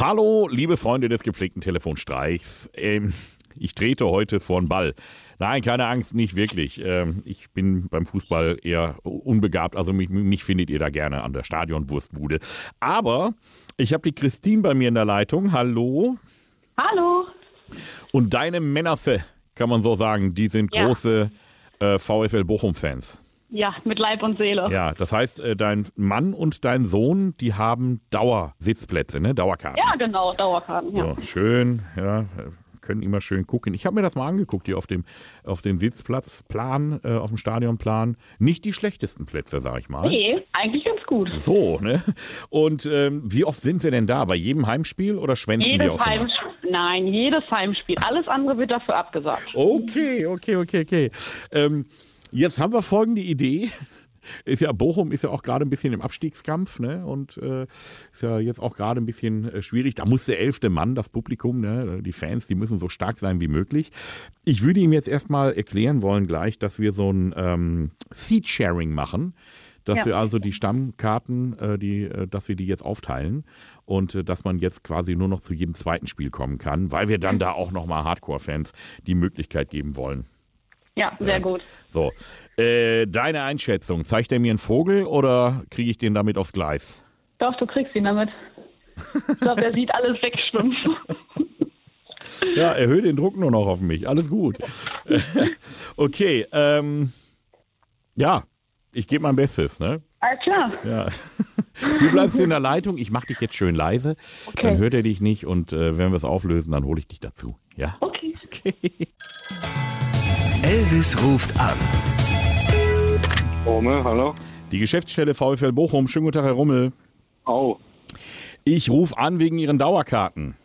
Hallo, liebe Freunde des gepflegten Telefonstreichs. Ähm, ich trete heute vor den Ball. Nein, keine Angst, nicht wirklich. Ähm, ich bin beim Fußball eher unbegabt, also mich, mich findet ihr da gerne an der Stadionwurstbude. Aber ich habe die Christine bei mir in der Leitung. Hallo. Hallo. Und deine Männerse, kann man so sagen, die sind Ja. große äh, VfL Bochum-Fans. Ja, mit Leib und Seele. Ja, das heißt, äh, dein Mann und dein Sohn, die haben Dauersitzplätze, ne? Dauerkarten. Ja, genau, Dauerkarten. Ja. So, schön, ja, können immer schön gucken. Ich habe mir das mal angeguckt hier auf dem, auf dem Sitzplatzplan, äh, auf dem Stadionplan. Nicht die schlechtesten Plätze, sag ich mal. Nee, eigentlich ganz gut. So, ne? Und ähm, wie oft sind sie denn da? Bei jedem Heimspiel oder schwänzen die auch Jedes schon mal? Heimspiel. Nein, jedes Heimspiel. Alles andere wird dafür abgesagt. Okay, okay, okay, okay. Ähm, jetzt haben wir folgende Idee. Ist ja, Bochum ist ja auch gerade ein bisschen im Abstiegskampf, ne? Und äh, ist ja jetzt auch gerade ein bisschen äh, schwierig. Da muss der elfte Mann, das Publikum, ne? die Fans, die müssen so stark sein wie möglich. Ich würde ihm jetzt erstmal erklären wollen, gleich, dass wir so ein ähm, Seat-Sharing machen. Dass Ja. wir also die Stammkarten, äh, die, äh, dass wir die jetzt aufteilen und äh, dass man jetzt quasi nur noch zu jedem zweiten Spiel kommen kann, weil wir dann da auch nochmal Hardcore-Fans die Möglichkeit geben wollen. Ja, sehr gut. So, äh, deine Einschätzung, zeigt er mir einen Vogel oder kriege ich den damit aufs Gleis? Doch, du kriegst ihn damit. Ich glaube, der sieht alles wegschwimmen. Ja, erhöhe den Druck nur noch auf mich, alles gut. okay, ähm, ja, ich gebe mein Bestes, ne? Alles klar. Ja. Du bleibst in der Leitung, ich mache dich jetzt schön leise, dann hört er dich nicht und äh, wenn wir es auflösen, dann hole ich dich dazu, ja? Okay. Elvis ruft an. Ome, hallo. Die Geschäftsstelle VfL Bochum, schönen guten Tag, Herr Rummel. Au. Ich rufe an wegen Ihren Dauerkarten.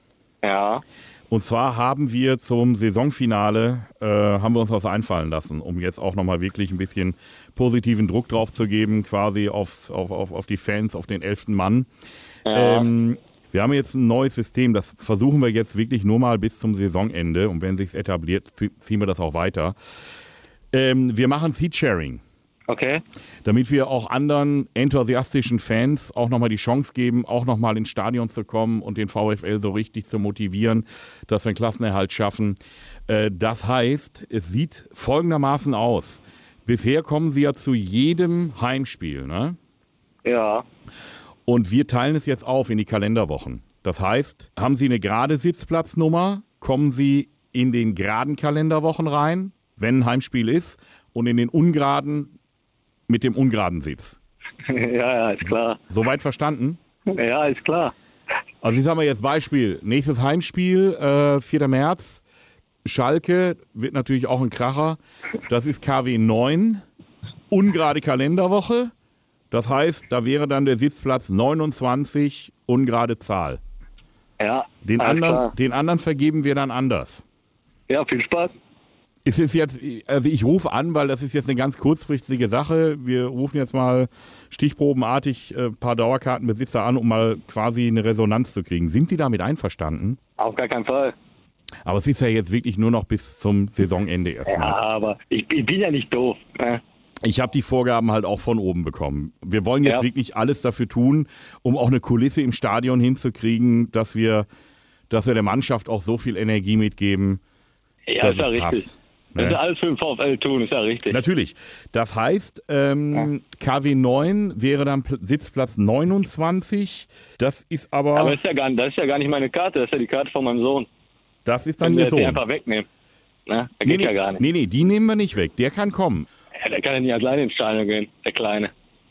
Ja. Und zwar haben wir zum Saisonfinale, äh, haben wir uns was einfallen lassen, um jetzt auch nochmal wirklich ein bisschen positiven Druck drauf zu geben, quasi aufs, auf, auf, auf die Fans, auf den elften Mann. Ähm, wir haben jetzt ein neues System, das versuchen wir jetzt wirklich nur mal bis zum Saisonende und wenn sich's etabliert, zie- ziehen wir das auch weiter. Ähm, wir machen Seat-Sharing Okay. damit wir auch anderen enthusiastischen Fans auch nochmal die Chance geben, auch nochmal ins Stadion zu kommen und den VfL so richtig zu motivieren, dass wir einen Klassenerhalt schaffen. Äh, Das heißt, es sieht folgendermaßen aus. Bisher kommen sie ja zu jedem Heimspiel, ne? Ja. Und wir teilen es jetzt auf in die Kalenderwochen. Das heißt, haben Sie eine gerade Sitzplatznummer, kommen Sie in den geraden Kalenderwochen rein, wenn ein Heimspiel ist, und in den ungeraden mit dem ungeraden Sitz. ja, ja, ist klar. Soweit verstanden? Ja, ist klar. Also ich sage mal jetzt Beispiel. Nächstes Heimspiel, äh, 4. März. Schalke wird natürlich auch ein Kracher. Das ist KW 9. Ungerade Kalenderwoche. Das heißt, da wäre dann der Sitzplatz 29, ungerade Zahl. Ja. Den, alles anderen, Klar. den anderen vergeben wir dann anders. Ja, viel Spaß. Ist es jetzt, also ich rufe an, weil das ist jetzt eine ganz kurzfristige Sache. Wir rufen jetzt mal stichprobenartig äh, ein paar Dauerkartenbesitzer an, um mal quasi eine Resonanz zu kriegen. Sind Sie damit einverstanden? Auf gar keinen Fall. Aber es ist ja jetzt wirklich nur noch bis zum Saisonende Ja, erstmal. aber ich, ich bin ja nicht doof. Ne? Ich habe die Vorgaben halt auch von oben bekommen. Wir wollen jetzt Ja. wirklich alles dafür tun, um auch eine Kulisse im Stadion hinzukriegen, dass wir, dass wir der Mannschaft auch so viel Energie mitgeben, Ja, dass ist ja es richtig. Also, passt. Wenn Ne? sie alles für den VfL tun, ist ja richtig. Natürlich. Das heißt, ähm, KW 9 wäre dann Pl- Sitzplatz 29. Das ist aber, Aber ist ja gar, das ist ja gar nicht meine Karte, das ist ja die Karte von meinem Sohn. das ist dann Wenn ihr wir die Sohn. einfach wegnehmen. Ne? Da Nee geht nee, ja gar nicht. nee, nee, die nehmen wir nicht weg. Der kann kommen. Ja, der kann ja nicht alleine ins Stadion gehen, der Kleine.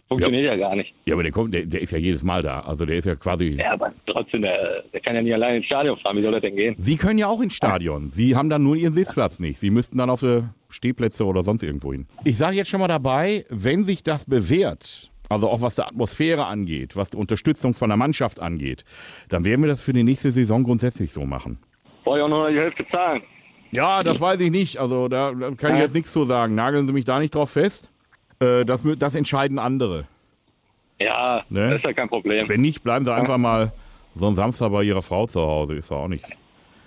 Funktioniert ja, gar nicht. Ja, aber der kommt, der, der ist ja jedes Mal da. Also der ist ja quasi. Ja, aber trotzdem, der, der kann ja nicht alleine ins Stadion fahren. Wie soll er denn gehen? Sie können ja auch ins Stadion. Sie haben dann nur Ihren Sitzplatz nicht. Sie müssten dann auf äh, Stehplätze oder sonst irgendwo hin. Ich sage jetzt schon mal dabei, wenn sich das bewährt, also auch was die Atmosphäre angeht, was die Unterstützung von der Mannschaft angeht, dann werden wir das für die nächste Saison grundsätzlich so machen. Brauche ich auch nur noch die Hälfte zahlen. Ja, das weiß ich nicht. Also da da kann ich Ja. jetzt nichts zu sagen. Nageln Sie mich da nicht drauf fest. Äh, Das, mü- das entscheiden andere. Ja, Ne? das ist ja kein Problem. Wenn nicht, bleiben Sie einfach mal so einen Samstag bei Ihrer Frau zu Hause. Ist ja auch nicht.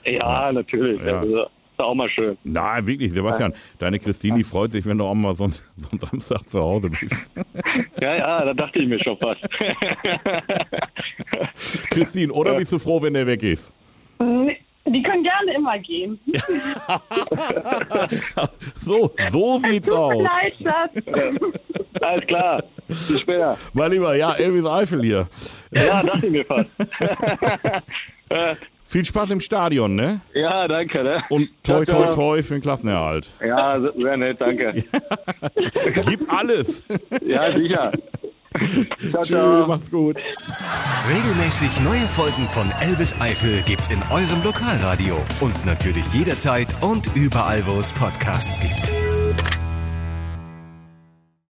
Ja, natürlich. Ja. Also, doch auch mal schön. Na, wirklich, Sebastian, deine Christine, die freut sich, wenn du auch mal so, einen- so einen Samstag zu Hause bist. Ja, ja, da dachte ich mir schon fast. Christine, oder bist du froh, wenn der weg ist? Äh, Die können gerne immer gehen. So, so sieht's Tut aus. mir leid, Schatz. Alles klar. Bis später. Mein Lieber, ja, Elvis Eifel hier. Ja, dachte ich mir fast. Viel Spaß im Stadion, ne? Ja, danke. Ne? Und toi, Ciao, toi, ciao. toi für den Klassenerhalt. Ja, sehr nett, danke. Gib alles. Ja, sicher. Ciao, Tschüss, mach's gut. Regelmäßig neue Folgen von Elvis Eifel gibt's in eurem Lokalradio und natürlich jederzeit und überall, wo es Podcasts gibt.